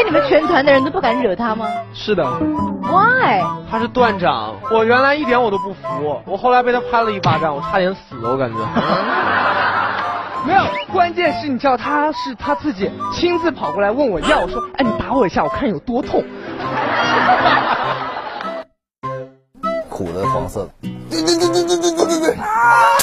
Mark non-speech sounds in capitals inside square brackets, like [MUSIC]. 以你们全团的人都不敢惹他吗是的， ？Why？他是段长，我原来一点我都不服，我后来被他拍了一巴掌，我差点死了，我感觉。 [LAUGHS] 没有，关键是你知道他是他自己亲自跑过来问我要，我说，哎，你打我一下，我看有多痛。苦的黄色的，对对对对对对对对对，啊！